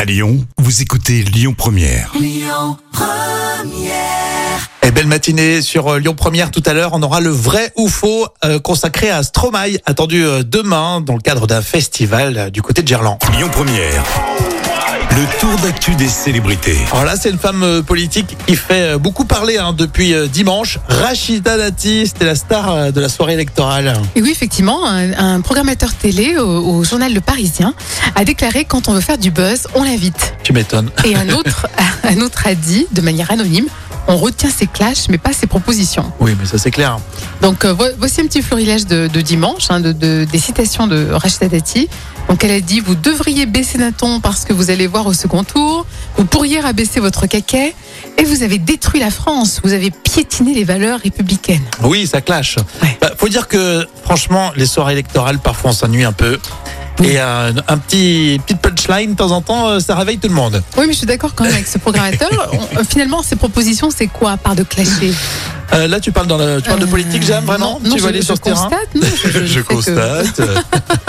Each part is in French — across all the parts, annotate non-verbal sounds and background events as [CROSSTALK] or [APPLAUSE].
À Lyon, vous écoutez Lyon Première. Et belle matinée sur euh, Lyon Première tout à l'heure. On aura le vrai ou faux euh, consacré à Stromae, attendu euh, demain dans le cadre d'un festival euh, du côté de Gerland. Lyon Première. Le tour d'actu des célébrités. Alors là, c'est une femme euh, politique qui fait euh, beaucoup parler hein, depuis euh, dimanche. Rachida Dati, c'était la star euh, de la soirée électorale. Et oui, effectivement, un, un programmateur télé au, au journal Le Parisien a déclaré quand on veut faire du buzz, on l'invite. Tu m'étonnes. [LAUGHS] Et un autre, un autre a dit, de manière anonyme, on retient ses clashs, mais pas ses propositions. Oui, mais ça c'est clair. Donc euh, vo- voici un petit florilège de, de dimanche, hein, de, de- des citations de Rachida Dati. Donc elle a dit, vous devriez baisser d'un ton parce que vous allez voir au second tour, vous pourriez rabaisser votre caquet, et vous avez détruit la France, vous avez piétiné les valeurs républicaines. Oui, ça clash. Ouais. Bah, faut dire que franchement, les soirées électorales, parfois on s'ennuie un peu. Oui. Et euh, un petit, petite punchline de temps en temps, euh, ça réveille tout le monde. Oui, mais je suis d'accord quand même avec [LAUGHS] ce programmateur. On- euh, finalement, ses propositions, c'est quoi, à part de clasher Euh, là, tu parles, dans le- tu parles de Euh, politique, Jam, vraiment non, non, Tu je, vas aller je sur ce terrain constate, non, [LAUGHS] je, je- je je fais que- constate. [LAUGHS]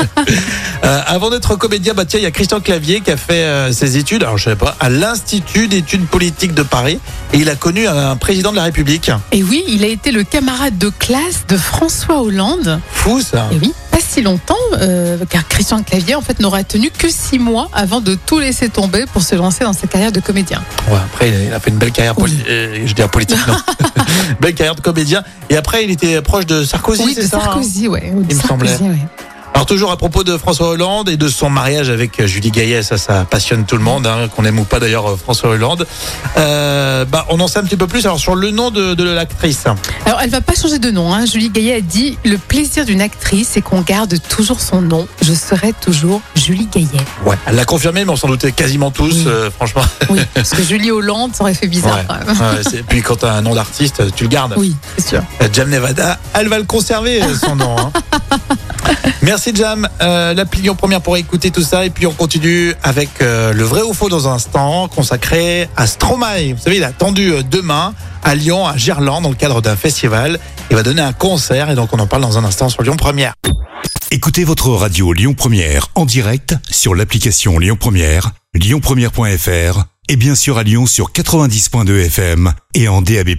Euh, avant d'être comédien, bah tiens, il y a Christian Clavier qui a fait euh, ses études, alors je sais pas, à l'Institut d'études politiques de Paris, et il a connu un, président de la République. Et oui, il a été le camarade de classe de François Hollande. Fou ça. Et oui, pas si longtemps, euh, car Christian Clavier, en fait, n'aura tenu que six mois avant de tout laisser tomber pour se lancer dans sa carrière de comédien. Ouais, après, il a- il a fait une belle carrière, poli- euh, je veux dire politique, [LAUGHS] non, [LAUGHS] belle carrière de comédien. Et après, il était proche de Sarkozy, oui, c'est de ça hein Sarkozy, ouais. de Il me Sarkozy, ouais. Alors toujours à propos de François Hollande et de son mariage avec euh, Julie Gaillet, ça, ça passionne tout le monde, hein, qu'on aime ou pas d'ailleurs euh, François Hollande. Euh, bah, on en sait un petit peu plus alors sur le nom de, de l'actrice. Alors, elle va pas changer de nom. Hein. Julie Gaillet a dit Le plaisir d'une actrice, c'est qu'on garde toujours son nom. Je serai toujours Julie Gaillet. Ouais, elle l'a confirmé, mais on s'en doutait quasiment tous, Oui. euh, [LAUGHS] franchement. Oui, parce que Julie Hollande, ça aurait fait bizarre Ouais. quand même. Ouais, c'est- puis quand t'as un nom d'artiste, tu le gardes. Oui, c'est sûr. Euh, Jam Nevada, elle va le conserver, euh, son nom. [LAUGHS] hein. Merci Jam, euh, l'appli Lyon Première pour écouter tout ça. Et puis on continue avec euh, le vrai ou faux dans un instant, consacré à Stromae. Vous savez, il a attendu euh, demain à Lyon, à Gerland, dans le cadre d'un festival. Il va donner un concert et donc on en parle dans un instant sur Lyon Première. Écoutez votre radio Lyon Première en direct sur l'application Lyon Première, lyonpremière.fr et bien sûr à Lyon sur 90.2 FM et en DAB+.